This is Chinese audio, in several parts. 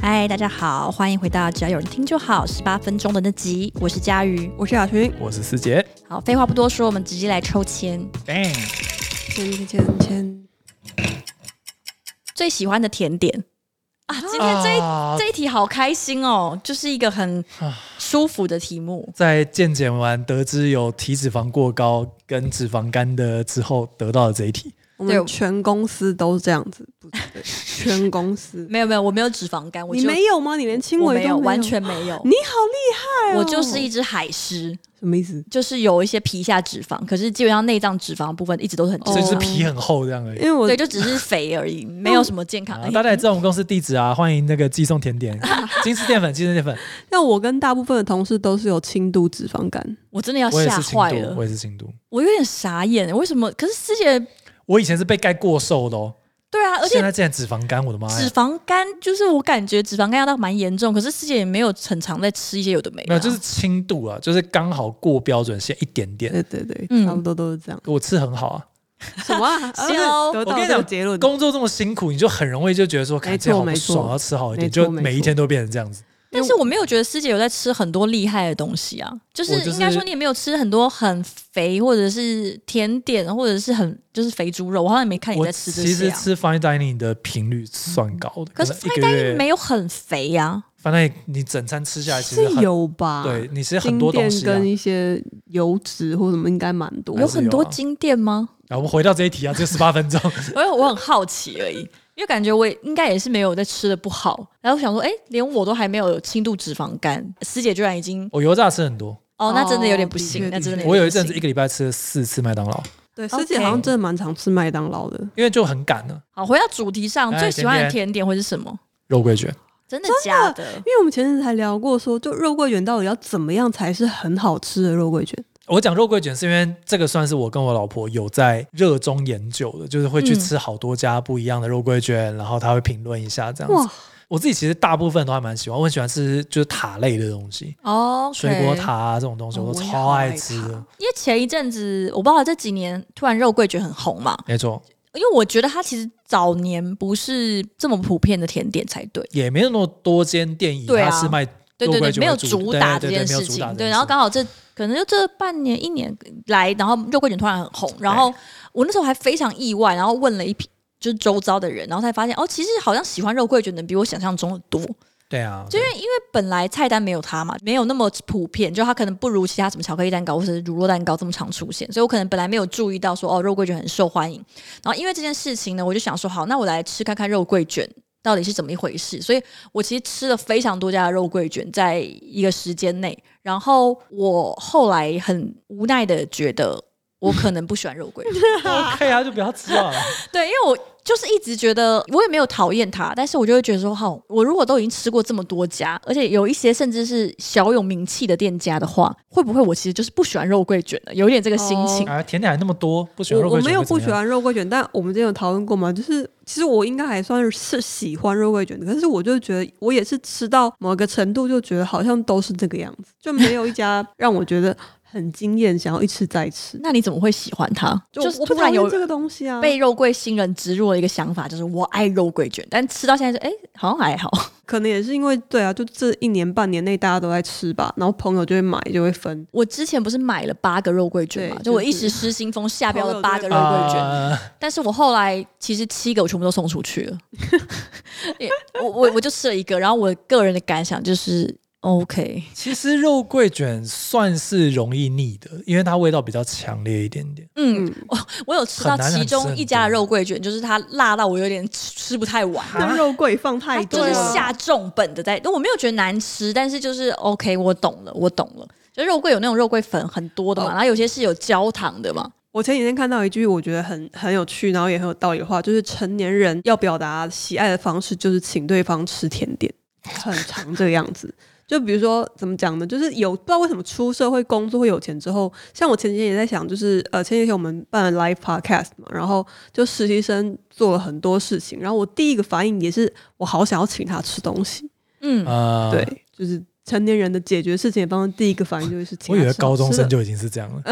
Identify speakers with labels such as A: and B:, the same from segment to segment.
A: 嗨，大家好，欢迎回到只要有人听就好十八分钟的那集，我是佳瑜。
B: 我是雅群，
C: 我是思杰。
A: 好，废话不多说，我们直接来抽签。
C: Bang！
B: 签签签签，
A: 最喜欢的甜点啊，今天这一、
C: 啊
A: 这一题好开心哦，就是一个很舒服的题目。
C: 在健检完得知有体脂肪过高跟脂肪肝的之后，得到的这一题，
B: 我
A: 对
B: 们全公司都这样子，不对， 全公司。
A: 没有没有，我没有脂肪肝，我
B: 你
A: 就
B: 没有吗？你连轻
A: 我
B: 微都
A: 没有，完全
B: 你
A: 没 有
B: 好。厉
C: 哎
B: 害哦！
A: 我就是一只海狮，
B: 什么意思？
A: 就是有一些皮下脂肪，可是基本上内脏脂肪部分一直都是很正
C: 所以
A: 常，
C: 是皮很厚这样而已
B: 因。为我
A: 对，就只是肥而 已，没有什么健康。
C: 啊
A: 哎
C: 大家也知道我们公司地址啊，欢迎那个寄送甜点，金丝淀粉，金丝淀粉。
B: 那我跟大部分的同事都是有轻度脂肪肝，
A: 我真的要
C: 我也
A: 啊吓
C: 是轻
A: 坏
C: 度，
A: 了
C: 我，也是轻度。
A: 我有点傻眼，为什么？可是师姐，
C: 我以前是被盖过瘦的哦，
A: 对啊，而且
C: 现在竟然脂肪肝，我的妈
A: 脂
C: 呀！
A: 肪肝就是我感觉脂肪肝要到蛮严重，可是师姐也没有很常在吃一些有的没的啊、
C: 没有，就是轻度啊，就是刚好过标准线一点点。
B: 对对对，
A: 嗯
B: 差不多都是这样。
C: 我吃很好啊，
B: 什么啊？
A: 是哦
B: 得
C: 我
B: 到
C: 跟你
B: 这个
C: 讲
B: 结论，
C: 工作这么辛苦，你就很容易就觉得说，
B: 嗯
C: 看
B: 没
C: 这样
B: 错
C: 好不
B: 没错
C: 爽，要吃好一点，
B: 没错
C: 就每
B: 没
C: 一
B: 错
C: 天都变成这样子。
A: 但是我没有觉得师姐有在吃很多厉害的东西啊，就是
C: 我就是
A: 应该说你也没有吃很多很肥或者是甜点或者是很就是肥猪肉，我好像也没看你
C: 我
A: 在吃这
C: 其
A: 些、
C: 实
A: 啊。嗯
C: 吃 fine dining 的频率算高的，
A: 可是
C: 能一
A: fine
C: 个
A: dining
C: 月
A: 没有很肥啊呀、
C: 反正你整餐吃下来啊其实
B: 是
C: 很，
B: 有
A: 啊
B: 吧？
C: 对，你吃很
B: 经
C: 多东
B: 典
C: 西、啊
B: 跟。一些油脂或什么应该蛮多
C: 还
A: 有
C: 是
A: 很多
C: 有啊
A: 经店吗？
C: 然后我们回到这一题啊，这十 八分钟，
A: 因为我很好奇而已，因为感觉我也应该也是没有在吃的不好，然后想说，哎、连我都还没有轻度脂肪肝，师姐居然已经
C: 我油炸吃很多，嗯
A: 哦，那真的有点不
B: 哦
A: 行，
B: 的确
A: 那真的
C: 我有
A: 点
C: 一阵
A: 不
C: 子
A: 行
C: 一个礼拜吃了四次麦当劳，
B: 对，
A: OK
B: 师姐好像真的蛮常吃麦当劳的，
C: 因为就很赶了、
A: 好，回到主题上，
C: 来
A: 最喜欢的
C: 哎甜
A: 甜点会是什么？
C: 肉桂卷，
A: 真的假的？
B: 因为我们前阵子才聊过说，就肉桂卷到底要怎么样才是很好吃的肉桂卷？
C: 我讲肉桂卷是因为这个算是我跟我老婆有在热衷研究的，就是会去
A: 嗯
C: 吃好多家不一样的肉桂卷，然后她会评论一下这样子
B: 哇。，
C: 我自己其实大部分都还蛮喜欢，我很喜欢吃就是塔类的东西，
A: 哦，OK
C: 水果塔啊这种东西
B: 哦
C: 我都
B: 我也
C: 超
B: 好
C: 爱
B: 爱
C: 吃的
B: 塔，
A: 因为前一阵子我不知道这几年突然肉桂卷很红嘛，
C: 没错。
A: 因为我觉得它其实早年不是这么普遍的甜点才对。
C: 也没有那么多间店以
A: 对啊
C: 它是卖
A: 对对
C: 肉桂
A: 对，
C: 卷
A: 没有
C: 为主
A: 主打这
C: 对
A: 件
C: 对对没有
A: 事
C: 主打
A: 情，
C: 这
A: 对，
C: 件
A: 然后
C: 事
A: 刚好这可能就这半年一年来，然后肉桂卷突然很红，然后我那时候还非常意外，然后问了一批就是周遭的人，然后才发现哦，其实好像喜欢肉桂卷的比我想象中的多，
C: 对啊，
A: 就因为因为本来菜单没有它嘛，没有那么普遍，就它可能不如其他什么巧克力蛋糕或者是乳酪蛋糕这么常出现，所以我可能本来没有注意到说哦肉桂卷很受欢迎。然后因为这件事情呢，我就想说好，那我来吃看看肉桂卷到底是怎么一回事。所以我其实吃了非常多家的肉桂卷，在一个时间内。然后我后来很无奈的觉得，我可能不喜欢肉桂卷。
C: OK 啊，就 不要吃了。
A: 对，因为我就是一直觉得我也没有讨厌它，但是我就会觉得说，好，我如果都已经吃过这么多家，而且有一些甚至是小有名气的店家的话，会不会我其实就是不喜欢肉桂卷的，有一点这个心情。
B: 哦
C: 啊，甜点还那么多，不喜欢
B: 我
C: 肉
B: 我
C: 桂卷
B: 没有
C: 会怎
B: 不
C: 么
B: 喜
C: 样，
B: 欢肉桂卷，但我们之前有讨论过嘛，就是其实我应该还算是喜欢肉桂卷的，可是我就觉得我也是吃到某个程度就觉得好像都是这个样子，就没有 一家让我觉得很惊艳，想要一吃再吃。
A: 那你怎么会喜欢它？就是
B: 我不
A: 突
B: 讨
A: 然有
B: 厌这个东西啊，
A: 被肉桂新人植入了一个想法，就是我爱肉桂卷，但吃到现在就哎、好像还好。
B: 可能也是因为对啊，就这一年半年内大家都在吃吧，然后朋友就会买就会分。
A: 我之前不是买了八个肉桂卷嘛，
B: 对
A: 就我
B: 就是
A: 一时失心疯下标了八个肉桂卷，
C: 啊，
A: 但是我后来其实七个我全部都送出去了，也我我我就吃了一个，然后我个人的感想就是 OK，
C: 其实肉桂卷算是容易腻的，因为它味道比较强烈一点点。
A: 嗯，
B: 嗯，
A: 我有吃到
C: 很难
A: 其
C: 很
A: 中
C: 深
A: 一家的肉桂卷，就是它辣到我有点吃吃不太完，
B: 那肉桂放太
A: 它
B: 多
A: 啊就
B: 了，
A: 是下重本的在，但我没有觉得难吃，但是就是 OK，我懂了，我懂了。就肉桂有那种肉桂粉很多的嘛，然后有些是有焦糖的嘛，
B: 我前几天看到一句我觉得很很有趣，然后也很有道理的话，就是成年人要表达喜爱的方式，就是请对方吃甜点，很常这个样子。就比如说怎么讲呢？就是有不知道为什么出社会工作会有钱之后，像我前几天也在想，就是呃前几天我们办了 live podcast 嘛，然后就实习生做了很多事情，然后我第一个反应也是我好想要请他吃东西，
A: 嗯，
C: 啊，
B: 对，就是成年人的解决事情的方式，第一个反应就会是请
C: 我以
B: 他吃好吃的。
C: 为高中生就已经是这样 了，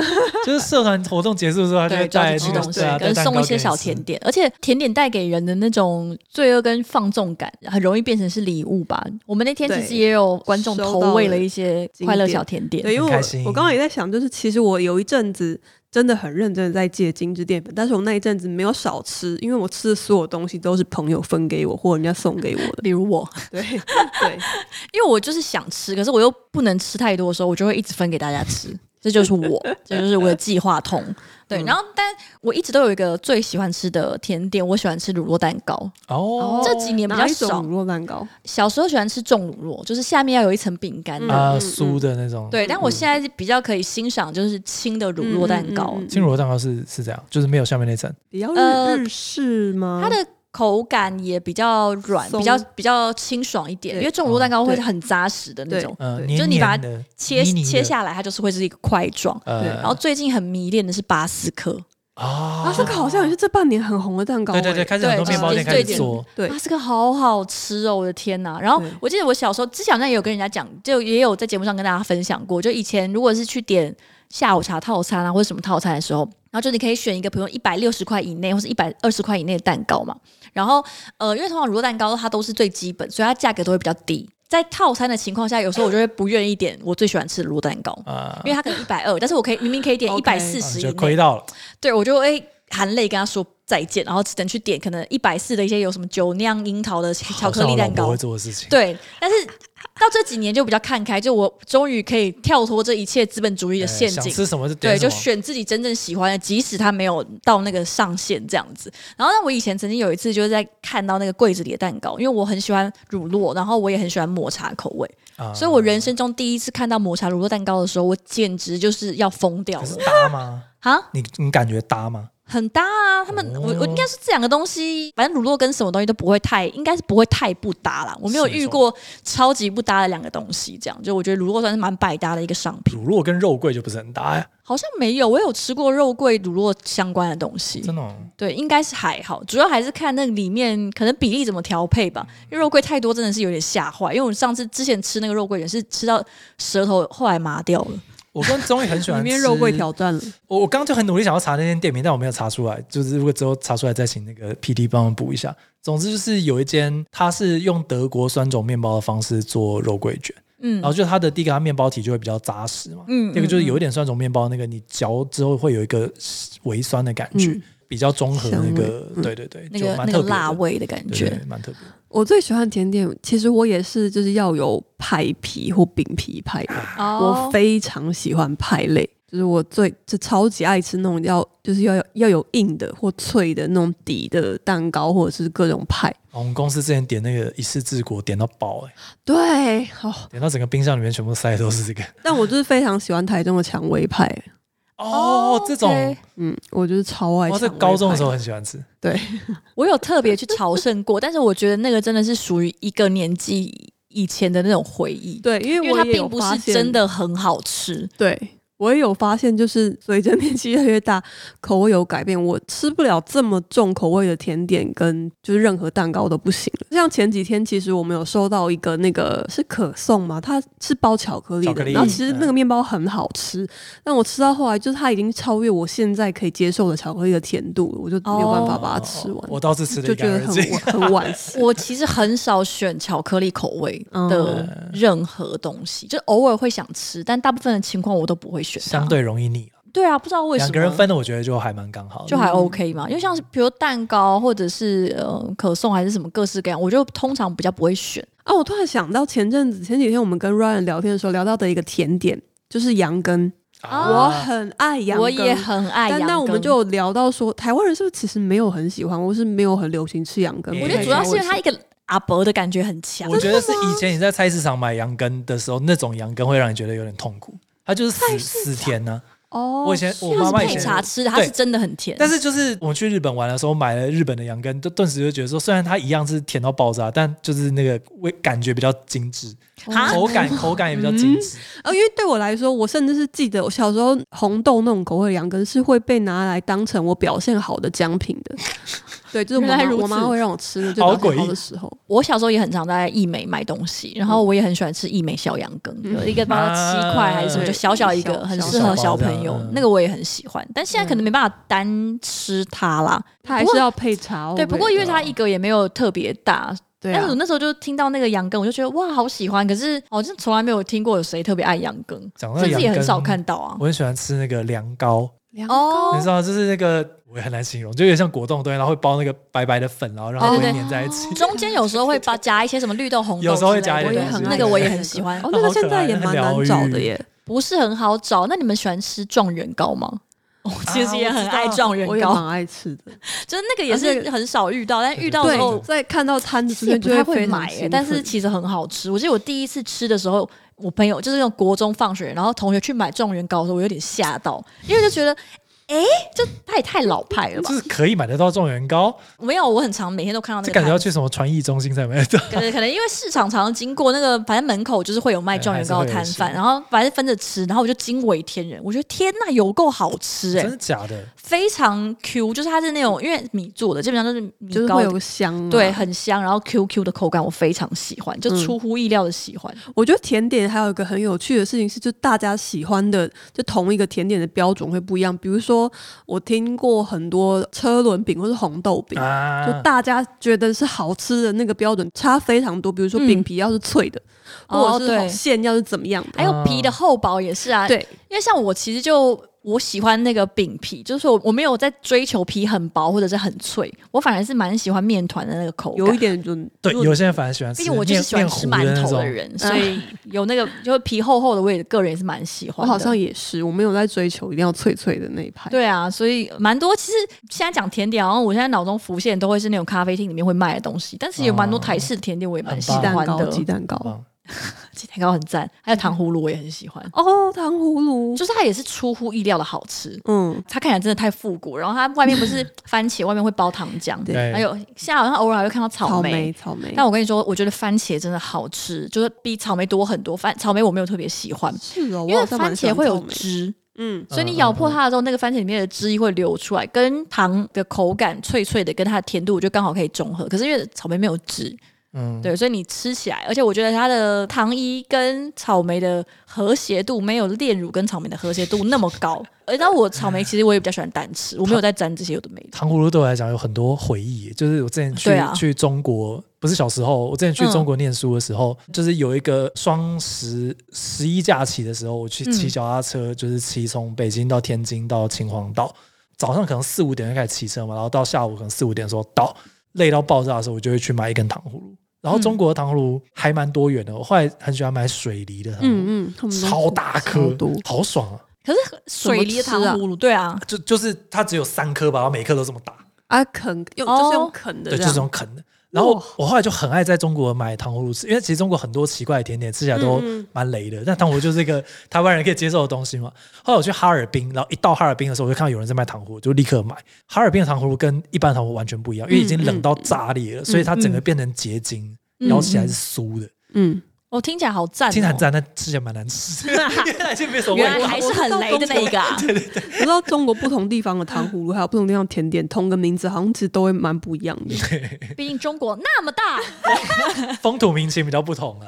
C: 就是社团活动结束之后，他就
A: 对，
C: 会
A: 就要
C: 带
A: 去吃
C: 那
B: 这
C: 个
A: 东西，
C: 对啊，
A: 可能
C: 带蛋糕
A: 送一些
C: 给你
A: 小
C: 吃
A: 甜点，而且甜点带给人的那种罪恶跟放纵感，很容易变成是礼物吧。我们那天其实
B: 对
A: 也有观众
B: 收
A: 投
B: 到
A: 喂
B: 了
A: 了一些
B: 经
A: 快乐
B: 典
A: 小甜点，
B: 对，因为
C: 很
B: 我
C: 开心
B: 我刚刚也在想，就是其实我有一阵子真的很认真的在戒精致淀粉，但是我那一阵子没有少吃，因为我吃的所有东西都是朋友分给我或人家送给我的。
A: 比如我，
B: 对对，
A: 因为我就是想吃，可是我又不能吃太多的时候，我就会一直分给大家吃。这就是我，这就是我的计划通。
B: 嗯
A: 对，然后但我一直都有一个最喜欢吃的甜点，我喜欢吃乳酪蛋糕。
C: 哦，
A: 这几年比较
B: 哪一
A: 少
B: 种，乳酪蛋糕？
A: 小时候喜欢吃重乳酪，就是下面要有一层饼干的。
C: 啊
B: 嗯嗯
C: 酥的那种，
A: 对，
B: 嗯
A: 但我现在比较可以欣赏就是轻的乳酪蛋糕，
B: 嗯嗯嗯嗯
C: 轻乳酪蛋糕是是这样，就是没有下面那层，
B: 比较日、
A: 呃
B: 日式吗？
A: 它的口感也比较软，
B: 嗯松
A: 比较比较清爽一点。
B: 对哦
A: 因为重乳酪蛋糕会
B: 对
A: 很扎实的那种，
C: 呃，
B: 对
A: 就是
C: 黏
A: 你把
C: 黏的
A: 切
C: 泥泥的
A: 切下来它就是会是一个块状。
C: 呃，
B: 对
A: 然后最近很迷恋的是巴斯克，
B: 啊，
C: 啊
B: 这个好像也是这半年很红的蛋糕、
C: 对
B: 欸。
C: 对对，开始很多
A: 对
C: 面包店
A: 就是
C: 开始
A: 最近
C: 做，
B: 对
A: 巴斯克好好吃哦，我的天呐！然后
B: 对
A: 我记得我小时候之前好像也有跟人家讲，就也有在节目上跟大家分享过，就以前如果是去点下午茶套餐啊或者什么套餐的时候，然后就你可以选一个，比如一百六十块以内或是一百二十块以内的蛋糕嘛。然后呃，因为通常乳酪蛋糕它都是最基本，所以它价格都会比较低。在套餐的情况下，有时候我就会不愿意点我最喜欢吃的乳酪蛋糕，
C: 啊，
A: 因为它可能一百二，但是我可以明明可以点一
B: OK
A: 百四
C: 啊
A: 十以
C: 就
A: 内，
C: 亏到了，
A: 对我就会含泪跟他说再见，然后只能去点可能一百四的一些有什么酒酿樱桃的巧克力蛋
C: 好像我老婆
A: 糕
C: 会。做的事情，
A: 对，但是到这几年就比较看开，就我终于可以跳脱这一切资本主义
C: 哎，
A: 的陷
C: 想
A: 阱。
C: 吃什么就点
A: 对，
C: 什
A: 就
C: 么
A: 选自己真正喜欢的，即使它没有到那个上限这样子。然后，那我以前曾经有一次就是在看到那个柜子里的蛋糕，因为我很喜欢乳酪，然后我也很喜欢抹茶口味，
C: 啊
A: 所以我人生中第一次看到抹茶乳酪蛋糕的时候，我简直就是要疯掉
C: 可是
A: 了
C: 搭吗？
A: 啊！
C: 你你感觉搭吗？
A: 很搭啊，他们、
C: 哦
A: 我我应该是这两个东西，反正乳酪跟什么东西都不会太，应该是不会太不搭啦。我没有
C: 是没错
A: 遇过超级不搭的两个东西，这样就我觉得乳酪算是蛮百搭的一个商品，
C: 乳酪跟肉桂就不是很搭呀，
A: 好像没有，我有吃过肉桂乳酪相关的东西，
C: 真的哦
A: 对，应该是还好，主要还是看那里面可能比例怎么调配吧，因为肉桂太多真的是有点吓坏，因为我上次之前吃那个肉桂也是吃到舌头后来麻掉了，
C: 我跟钟宇很喜
B: 里
C: 欢
B: 面肉桂
C: 吃
B: 挑战了，
C: 我我刚刚就很努力想要查那间店名，但我没有查出来。就是如果之后查出来，再请那个 P D 帮我们补一下。总之就是有一间，它是用德国酸种面包的方式做肉桂卷，
A: 嗯
C: 然后就它的第一个，它面包体就会比较扎实嘛。
A: 嗯，
C: 第二个就是
A: 嗯
C: 有一点酸种面包，那个你嚼之后会有一个微酸的感觉，
B: 嗯
C: 比较中和那个
B: 香味嗯，
C: 对对对，
A: 那
C: 就
A: 个
C: 蛮
A: 那
C: 特
A: 个
C: 别的
A: 辣，味的感
C: 对
A: 觉，
C: 对，蛮特别的。
B: 我最喜欢的甜点，其实我也是，就是要有派皮或饼皮派的。
A: 哦
B: 我非常喜欢派类，就是我最就超级爱吃那种要就是要有要有硬的或脆的那种底的蛋糕，或者是各种派。
C: 哦我们公司之前点那个一世治国，点到爆哎、
B: 对，哦，
C: 点到整个冰箱里面全部塞的都是这个。
B: 但我就是非常喜欢台中的蔷薇派，
C: 哦，这种，
A: OK
B: 嗯，我就是超爱。
C: 我在高中的时候，很喜欢吃。
B: 对，
A: 我有特别去朝圣过，但是我觉得那个真的是属于一个年纪以前的那种回忆，
B: 对，因
A: 因为
B: 为我
A: 它
B: 也有
A: 并不
B: 发
A: 是
B: 现
A: 真，的很好吃。
B: 对。我也有发现，就是随着年纪越来越大，口味有改变。我吃不了这么重口味的甜点，跟就是任何蛋糕都不行了。像前几天，其实我们有收到一个那个是可颂嘛，它是包巧克力的，
C: 巧克力
B: 然后其实
C: 嗯
B: 那个面包很好吃，但我吃到后来，就是它已经超越我现在可以接受的巧克力的甜度了，我就没有办法把它吃完，
C: 哦我倒是吃的
B: 就觉得很 惋 很惋惜。
A: 我其实很少选巧克力口味的
C: 嗯
A: 任何东西，就偶尔会想吃，但大部分的情况我都不会选它。
C: 相对容易腻。
A: 对啊，不知道为什
C: 两
A: 么
C: 个人分的，我觉得就还蛮刚好的。
A: 就还 OK 嘛，因为像是比如蛋糕或者是呃可颂还是什么各式各样，我就通常比较不会选。
B: 啊，我突然想到前阵子前几天我们跟 Ryan 聊天的时候聊到的一个甜点，就是羊羹，
A: 啊
B: 我很爱羊羹，
A: 我也很爱
B: 但
A: 羊
B: 那我们
A: 羹
B: 就有聊到说，台湾人是不是其实没有很喜欢，或是没有很流行吃羊羹？
C: 我
A: 我
B: 不
A: 觉得
B: 太
A: 主要
B: 知
A: 是
B: 道
A: 因为
B: 什
A: 它一个阿伯的感觉很强
C: 我。觉得是以前你在菜市场买羊羹的时候，那种羊羹会让你觉得有点痛苦，它就是死死甜啊呢、
B: 么哦，
C: 我以前我
A: 它
C: 妈
A: 是
C: 妈以
A: 配
C: 前
A: 茶吃的，它是
C: 对
A: 真的很甜。
C: 但是就是我去日本玩的时候买了日本的羊羹，就顿时就觉得说，虽然它一样是甜到爆炸，但就是那个味感觉比较精致，
A: 啊
C: 口感口感也比较精致。
A: 嗯
B: 呃，因为对我来说，我甚至是记得我小时候 红豆那种口味的羊羹是会被拿来当成我表现好的奖品的。对，就是我
D: 原来
B: 妈
D: 如
B: 我妈
D: 此
B: 会让我吃的，就
C: 好
B: 脑
C: 诡
B: 血好
C: 异
B: 的时候，
A: 我小时候也很常在义美买东西，然后我也很喜欢吃义美小羊羹，有一个包七块还是什么，
B: 啊
A: 就小小一个，
B: 对
A: 很
B: 小
A: 适合
C: 小
A: 小
C: 包这样
A: 朋友
C: 嗯，
A: 那个我也很喜欢。但现在可能没办法单吃它啦，
B: 她还
A: 不
B: 是
A: 过
B: 要配茶哦。
A: 对，不过因为它
C: 对啊
A: 一个也没有特别大，
B: 对
A: 但
B: 啊
A: 是我，那时候就听到那个羊羹，我就觉得哇，好喜欢。可是好像从来没有听过有谁特别爱羊羹，
C: 讲到
A: 甚至也
C: 哦羊
A: 很
C: 羹
A: 少看到啊。
C: 我很喜欢吃那个凉糕，
B: 凉
A: 哦
C: 你知道，就是那个我也很难形容，就有点像果冻的东西，然后会包那个白白的粉，然后让它
A: 哦
C: 会
A: 对
C: 粘在一起。
A: 中间有时候会把夹一些什么绿豆红豆之类的，
C: 有时候会夹一
B: 点
A: 我也
B: 东
A: 很
B: 西
A: 那个我也很喜欢，
B: 啊哦，那个
C: 好可
B: 现在
C: 爱
B: 也
C: 很
B: 蛮
C: 疗
B: 难找的
C: 愈
B: 耶。
A: 不是很好找。那你们喜欢吃状元糕吗？啊我哦其实也很啊爱状元
B: 我也
A: 糕，
B: 蛮爱吃的，
A: 就是那个也
B: 而
A: 是
B: 且
A: 很少遇到，但遇到的
B: 对
A: 时候，
B: 在看到摊子
A: 其
B: 出
A: 实也
B: 现
A: 不
B: 就
A: 太
B: 会
A: 会
B: 非常
A: 买、欸，
B: 兴
A: 但是
B: 奋
A: 其实很好吃。我记得我第一次吃的时候，我朋友就是那种国中放学，然后同学去买状元糕的时候，我有点吓到，因为就觉得。哎、就他也太老派了吧
C: 就？是可以买得到状元糕，
A: 没有，我很常每天都看到那
C: 嗯这
A: 个
C: 感觉要
A: 摊
C: 去什么传艺中心才买得到。
A: 可能可能因为市场常常经过那个，反正门口就是会有卖状元糕的摊贩，
C: 哎还是会有吃
A: 然后反正分着吃，然后我就惊为天人，我觉得天呐，有够好吃哎、
C: 真的假的？
A: 非常 Q，就是它是那种因为米做的，基本上都是米
B: 嗯就是
A: 糕
B: 会
A: 的
B: 有个香、啊。
A: 对，很香，然后 QQ 的口感我非常喜欢，
B: 嗯
A: 就出乎意料的喜欢。
B: 我觉得甜点还有一个很有趣的事情是，就大家喜欢的，就同一个甜点的标准会不一样。比如说，我听过很多车轮饼或是红豆饼。
C: 啊，
B: 就大家觉得是好吃的那个标准差非常多，比如说饼皮要是脆的，
A: 哦
B: 或者
A: 对
B: 是馅要是怎么样的，
A: 还有皮的厚薄也是啊，
B: 对，
A: 因为像我其实就我喜欢那个饼皮，就是说我我没有在追求皮很薄或者是很脆，我反而是蛮喜欢面团的那个口感，
B: 有一点就
C: 对，
B: 就
C: 有些人反而喜欢吃
A: 毕
C: 面
A: 竟我就是喜欢吃馒
C: 面糊
A: 头
C: 的
A: 的
C: 那种。
A: 人，所以有那个就是皮厚厚的，我也个人也是蛮喜
B: 我
A: 欢的。
B: 好像也是，我没有在追求一定要脆脆的那一派。
A: 对啊，所以蛮多。其实现在讲甜点，好像我现在脑中浮现都会是那种咖啡厅里面会卖的东西，但是有蛮多台式甜点我也蛮喜
B: 鸡蛋
A: 欢
B: 糕，
A: 的，
B: 鸡蛋糕，
C: 嗯
A: 鸡蛋糕很赞，还有糖葫芦我也很喜欢，
B: 哦，糖葫芦，
A: 就是它也是出乎意料的好吃。
B: 嗯，
A: 它看起来真的太复古，然后它外面不 是番茄，外面会包糖浆，
B: 对
C: 对，
A: 还有现在好像偶尔还会看到
B: 草
A: 草莓，
B: 莓，草莓，
A: 但我跟你说，我觉得番茄真的好吃，就是比草莓多很多。番草莓我没有特别喜欢，
B: 是哦，
A: 因
B: 我
A: 为
B: 好像蛮
A: 番
B: 喜
A: 茄
B: 欢
A: 会有
B: 草莓
A: 汁，
B: 嗯，
A: 所以你咬破它的时候，那个番茄里面的汁会流出来，跟糖的口感脆脆的，跟它的甜度，我觉得刚好可以中和。可是因为草莓没有汁，
C: 嗯，
A: 对，所以你吃起来，而且我觉得它的糖衣跟草莓的和谐度没有炼乳跟草莓的和谐度那么高。而且我草莓其实我也比较喜欢单吃，我没有在沾这些有的没的。
C: 糖葫芦对我来讲有很多回忆，就是我之前去、
A: 对啊
C: 去中国，不是小时候，我之前去
A: 嗯
C: 中国念书的时候，
B: 嗯
C: 就是有一个双十十一假期的时候，我去骑
A: 嗯
C: 脚踏车，就是骑从北京到天津到秦皇岛，早上可能四五点就开始骑车嘛，然后到下午可能四五点的时候到，累到爆炸的时候，我就会去买一根糖葫芦。然后
B: 嗯
C: 中国的糖葫芦还蛮多元的，我后来很喜欢买水梨的糖葫芦，
B: 嗯嗯，他们都
C: 超
B: 超
C: 大颗
B: 多，
C: 好爽啊！
A: 可是水梨的糖葫芦，对啊，
C: 就就是它只有三颗吧，然后每一颗都这么大。
B: 啊，啃用
A: 哦
B: 就是用啃的
C: 对，
B: 这
C: 就是
B: 样，
C: 用啃的。然后
B: 哇
C: 我后来就很爱在中国买糖葫芦吃，因为其实中国很多奇怪的甜点吃起来都
B: 嗯嗯
C: 蛮雷的，但糖葫芦就是一个台湾人可以接受的东西嘛。后来我去哈尔滨，然后一到哈尔滨的时候，我就看到有人在卖糖葫芦，就立刻买。哈尔滨的糖葫芦跟一般的糖葫芦完全不一样，因为已经冷到炸裂了，所以它整个变成结晶，
A: 嗯
C: 咬起来是酥的，
B: 嗯，
A: 我、听起来好 赞、哦，
C: 听起来很赞，但吃起来蛮难吃，原来就没什么味
A: 原来
C: 道。
A: 还是很雷的那一个、啊。
B: 我知道中国不同地方的糖 葫芦，还有不同地方的甜点，同个名字好像其实都会蛮不一样 的。
A: 毕竟中国那么大，
C: 风土民情比较不同 啊。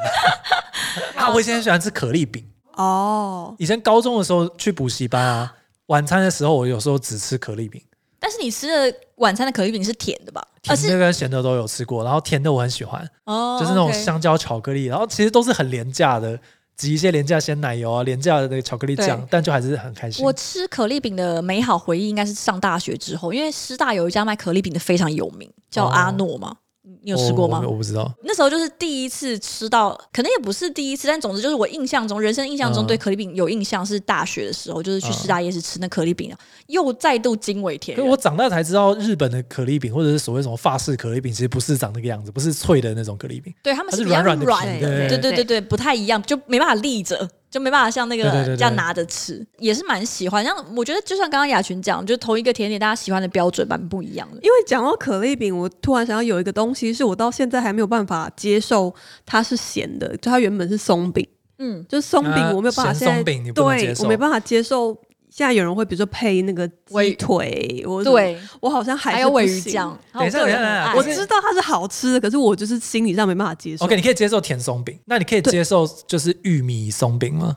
C: 啊，我以前很喜欢吃可丽饼。
B: 哦，
C: 以前高中的时候去补习班啊，晚餐的时候我有时候只吃可丽饼，
A: 但是你吃的晚餐的可丽饼是甜的吧？而
C: 甜
A: 哦是
C: 的跟咸的都有吃过，然后甜的我很喜欢，
A: 哦
C: 就是那种
A: OK
C: 香蕉巧克力，然后其实都是很廉价的，挤一些廉价鲜奶油啊，廉价的巧克力酱
A: 对，
C: 但就还是很开心
A: 我。吃可丽饼的美好回忆应该是上大学之后，因为师大有一家卖可丽饼的非常有名，叫
C: 哦
A: 阿诺嘛。你有吃过吗
C: 我？我我不知道，
A: 那时候就是第一次吃到，可能也不是第一次，但总之就是我印象中，人生印象中
C: 嗯
A: 对可丽饼有印象是大学的时候，就是去师大夜市吃那可丽饼，又再度惊为天
C: 可是
A: 人。
C: 我长大才知道日本的可丽饼或者是所谓什么法式可丽饼，其实不是长那个样子，不是脆的那种可丽饼。
A: 对，他们
C: 它
A: 是
C: 是
A: 比较
C: 软软的
A: 软
C: 皮
A: 的，
C: 的
A: 对
B: 对
A: 对对对，不太一样，就没办法立着，就没办法像那个
C: 对对对对
A: 这样拿着吃，也是蛮喜欢。像我觉得，就像刚刚雅群讲，就同一个甜点，大家喜欢的标准蛮不一样的。
B: 因为讲到可丽饼，我突然想到有一个东西是我到现在还没有办法接受，它是咸的，就它原本是松饼，
A: 嗯，
B: 就是松饼
C: 啊
B: 我没有办法
C: 咸
B: 现在
C: 松饼你不能接
B: 对
C: 受
B: 我没办法接受现在有人会比如说配那个
A: 尾
B: 鸡腿，我
A: 对，
B: 我好像还
A: 还
B: 是
A: 有
B: 不
A: 尾鱼
B: 行
A: 酱，
C: 等一
A: 然后
C: 下
A: 我个人
C: 等一下
A: 很爱
B: 我知道它是好吃的，可是我就是心理上没办法接受。
C: OK，你可以接受甜松饼，那你可以接受就是玉米松饼
B: 嗯
C: 吗？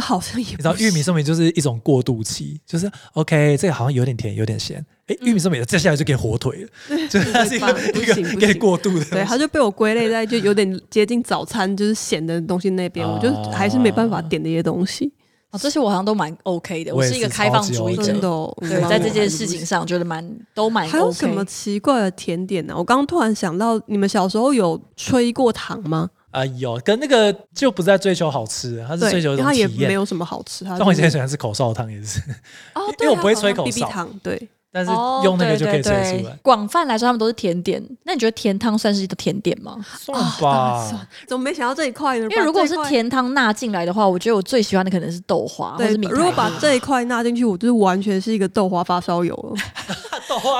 B: 好像也
C: 你
B: 不
C: 知道玉米
B: 行
C: 松饼就是一种过渡期，就是 OK，这个好像有点甜，有点咸。哎，玉米松饼接下来就给火腿了，就是它是一个
B: 不
C: 一
B: 行
C: 个
B: 不
C: 给
B: 行
C: 过渡的东西。
B: 对，它就被我归类在就有点接近早餐，就是咸的东西那边，我就
C: 啊
B: 还是没办法点那些东西。
A: 哦，这些我好像都蛮 OK 的，
C: 我
A: 我
C: 也
A: 是一个
C: 是
A: 开放
C: 超级
A: 主义
C: OK
A: 者
B: 真的、。哦，
A: 对，
B: 嗯
A: 在这件事情。上，我觉得蛮都蛮 OK。
B: 还有什么奇怪的甜点啊呢、我刚刚突然想到，你们小时候有吹过糖吗？
C: 啊、有跟那个就不是在追求好吃，它是
B: 对
C: 追求，
B: 因
C: 一
B: 为
C: 种
B: 它也
C: 体
B: 没
C: 验。
B: 有什么好吃，它
C: 像我以前很
B: 就是
C: 喜欢吃口哨糖，也是，
A: 哦，
C: 因
A: 对
C: 为我
A: 啊
C: 不会吹口
B: BB
C: 哨，
B: 糖，对，
C: 但是
A: 哦
C: 用那个
A: 对
C: 就可
A: 对
C: 以吹
A: 对
C: 出来，
A: 广泛来说，他们都是甜点。那你觉得甜汤算是一个甜点吗？
C: 算吧。
B: 算怎么没想到这一块呢？
A: 因为如果
B: 把
A: 是
B: 这一块
A: 甜汤纳进来的话，我觉得我最喜欢的可能是豆花或
B: 对
A: 是米，
B: 如果把
A: 苔
B: 这一块纳进去，我就是完全是一个豆花发烧友了。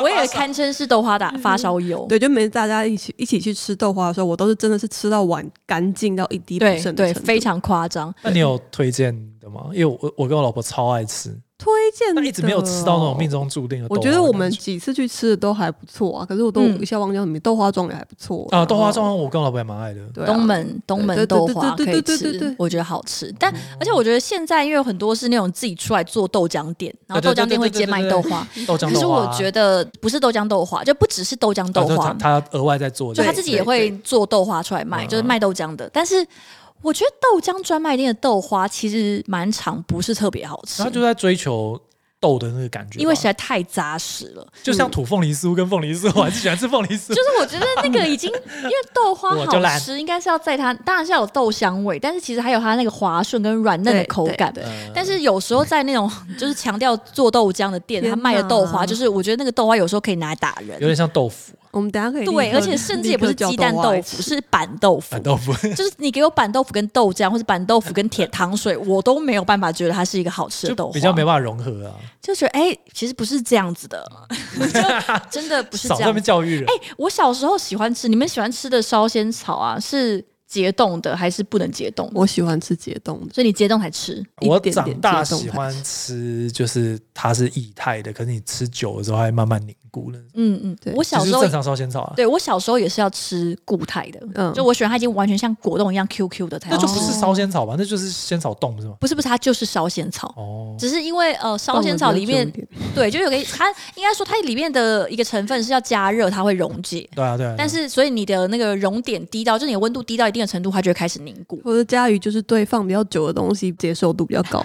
A: 我也堪称是豆花大发烧友。
B: 对，就每次大家一起一起去吃豆花的时候，我都是真的是吃到碗干净到一滴不
A: 对
B: 剩的
A: 对，
B: 程度
A: 非常夸张。
C: 那你有推荐的吗？因为我我跟我老婆超爱吃，
B: 推荐的
C: 但
B: 哦，
C: 一直没有吃到那种命中注定的豆
B: 我
C: 花的
B: 觉
C: 感觉。
B: 得我们几次去吃的都还不错啊，可是我都
A: 嗯
B: 一下忘掉什么豆花粽也还不错
C: 啊，豆花
B: 然后
C: 粽我跟我老婆也蛮爱的。
B: 对啊
A: 东门东
B: 对
A: 门
B: 对
A: 豆
B: 对
A: 花
B: 对
A: 可
B: 对
A: 以
B: 对对对嗯
A: 吃
B: 对，
A: 我觉得好吃。但而且我觉得现在因为有很多是那种自己出来做豆浆店，然后豆
C: 对对对
A: 浆店会
C: 对对
A: 兼卖
C: 对
A: 豆花。
C: 豆浆
A: 可是
C: 豆花哦啊，
A: 我觉得不是豆浆豆花，就不只是豆浆豆
C: 啊
A: 花
C: 就，他他额外在做这
A: 就
C: 个，
A: 他自己也会做豆花出来卖，
C: 嗯
A: 就是卖豆浆的。但是我觉得豆浆专卖店的豆花其实蛮长，不是特别好吃
C: 然后，就在追求豆的那个感觉吧，
A: 因为实在太扎实了。
C: 就像土凤梨酥跟凤梨酥，我还是喜欢吃凤梨酥
A: 就。是我觉得那个已经， 因为豆花
C: 我就
A: 好
C: 懒
A: 吃，应该是要在它当然是要有豆香味，但是其实还有它那个滑顺跟软嫩的
B: 对
A: 口
B: 对
A: 感。
B: 对
C: 嗯
A: 但是有时候在那种 就是强调做豆浆的店，
B: 天
A: 他卖的豆花，
B: 哪
A: 就是我觉得那个豆花有时候可以拿来打人
C: 有。点像豆腐，
B: 我们等一下可以
A: 对，
B: 立刻
A: 而且甚至也不是
B: 立刻叫
A: 鸡蛋
B: 花来
A: 豆
B: 吃
A: 腐，是板豆腐
C: 板。豆腐。
A: 就是你给我板豆腐跟豆浆，或者板豆腐跟甜糖水，我都没有办法觉得它是一个好吃的豆
C: 就
A: 花，
C: 比较没办法融合啊，
A: 就觉得哎、其实不是这样子 的，就真的不是
C: 少
A: 这
C: 在那
A: 样哎
C: 边。教育人。
A: 我小时候喜欢吃，你们喜欢吃的烧仙草啊，是解冻的还是不能解冻的？
B: 我喜欢吃解冻的，
A: 所以你解冻才吃。
C: 我
B: 一点
C: 长
B: 点
C: 大
B: 解冻
C: 喜
B: 派
C: 欢吃，就是它是液态的，可是你吃久了之后还慢慢凝固了。
A: 嗯嗯，
B: 对
A: 我小
C: 就是
A: 时候
C: 正常烧仙草啊，
A: 对我小时候也是要吃固态的，
B: 嗯
A: 就我喜欢它已经完全像果冻一样 Q Q 的才
C: 那
A: 要
C: 就
A: 吃。
C: 不是烧仙草吧？那就是仙草冻不是吗？
A: 不是不是，它就是烧仙草。
C: 哦，
A: 只是因为呃，烧仙草
B: 冻得
A: 里
B: 比较
A: 面
B: 久一点
A: 对，就有个它应该说它里面的一个成分是要加热，它会溶解。
C: 对啊对啊。
A: 但是，所以你的那个熔点低到，就是你的温度低到一定的程度，它就会开始凝固。
B: 我的家瑜就是对放比较久的东西接受度比较 高，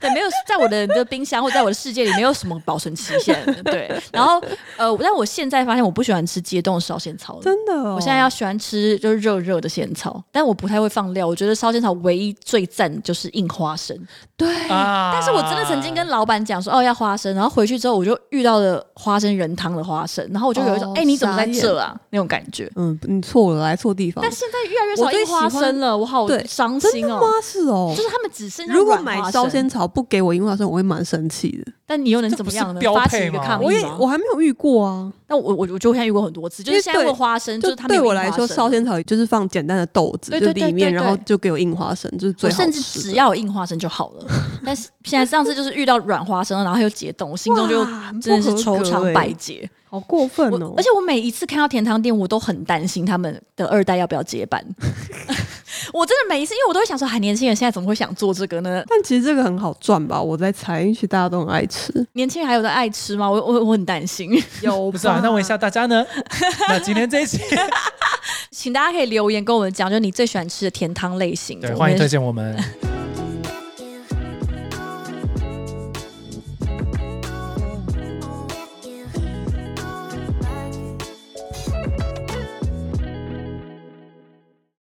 A: 对，没有在我的的冰箱或在我的世界里没有什么保存期限。对，然后呃，但我现在发现我不喜欢吃解冻的烧仙草了，
B: 真的、哦。
A: 我现在要喜欢吃就是热热的仙草，但我不太会放料。我觉得烧仙草唯一最赞的就是硬花生，
B: 对
C: 啊，
A: 但是我真的曾经跟老板讲说哦要花生，然后回去之后我就遇到了花生仁汤的花生，然后我就有一种
B: 哦
A: 哎、你怎么在
B: 傻眼
A: 这啊那种感觉。
B: 嗯，你错了，来错地方。
A: 但现在越来越
B: 我
A: 少
B: 最
A: 印花
B: 喜欢
A: 生了，我好
B: 对
A: 伤
B: 真
A: 心
B: 的
A: 哦
B: 吗。？是哦
A: 就。是他们只剩下
B: 如果
A: 软
B: 买
A: 花
B: 烧
A: 生
B: 仙草不给我樱花生，我会蛮生气的。
A: 但你又能
C: 这
A: 怎
C: 不
A: 么
C: 是
A: 样呢？
C: 标
A: 发
C: 配
A: 起一个
C: 吗
A: 抗
C: 我
B: 我
A: 议
B: 也
A: 吗？
B: 我还没有遇过啊。
A: 那我我我觉得我现在遇过很多次，就是
B: 因为
A: 现在
B: 对
A: 问花生，嗯就是他们
B: 对
A: 有
B: 我
A: 樱
B: 来
A: 花
B: 说，
A: 生
B: 烧仙草就是放简单的豆子，
A: 对
B: 就
A: 对对
B: 里面，
A: 对
B: 然后
A: 对
B: 就给我印花生，就是
A: 我
B: 最好
A: 甚至
B: 吃
A: 只
B: 的
A: 要有硬花生就好 了。但是现在上次就是遇到软花生，然后又解冻，我心中就
B: 哇很不
A: 真的是
B: 合
A: 愁
B: 格
A: 肠
B: 欸
A: 百结。
B: 好过分
A: 我
B: 哦！
A: 而且我每一次看到甜汤店，我都很担心他们的二代要不要接 班。我真的每一次，因为我都会想说，还年轻人现在怎么会想做这个呢？
B: 但其实这个很好赚吧？我在猜，因为其实大家都很爱吃。
A: 年轻人还有在爱吃吗？我我我很担心。
B: 有
C: 不是啊？那问一下大 家呢？那今天这一期，
A: 请大家可以留言跟我们讲，就是你最喜欢吃的甜汤类型。
C: 对，
A: 我
C: 欢迎
A: 们
C: 推荐我们。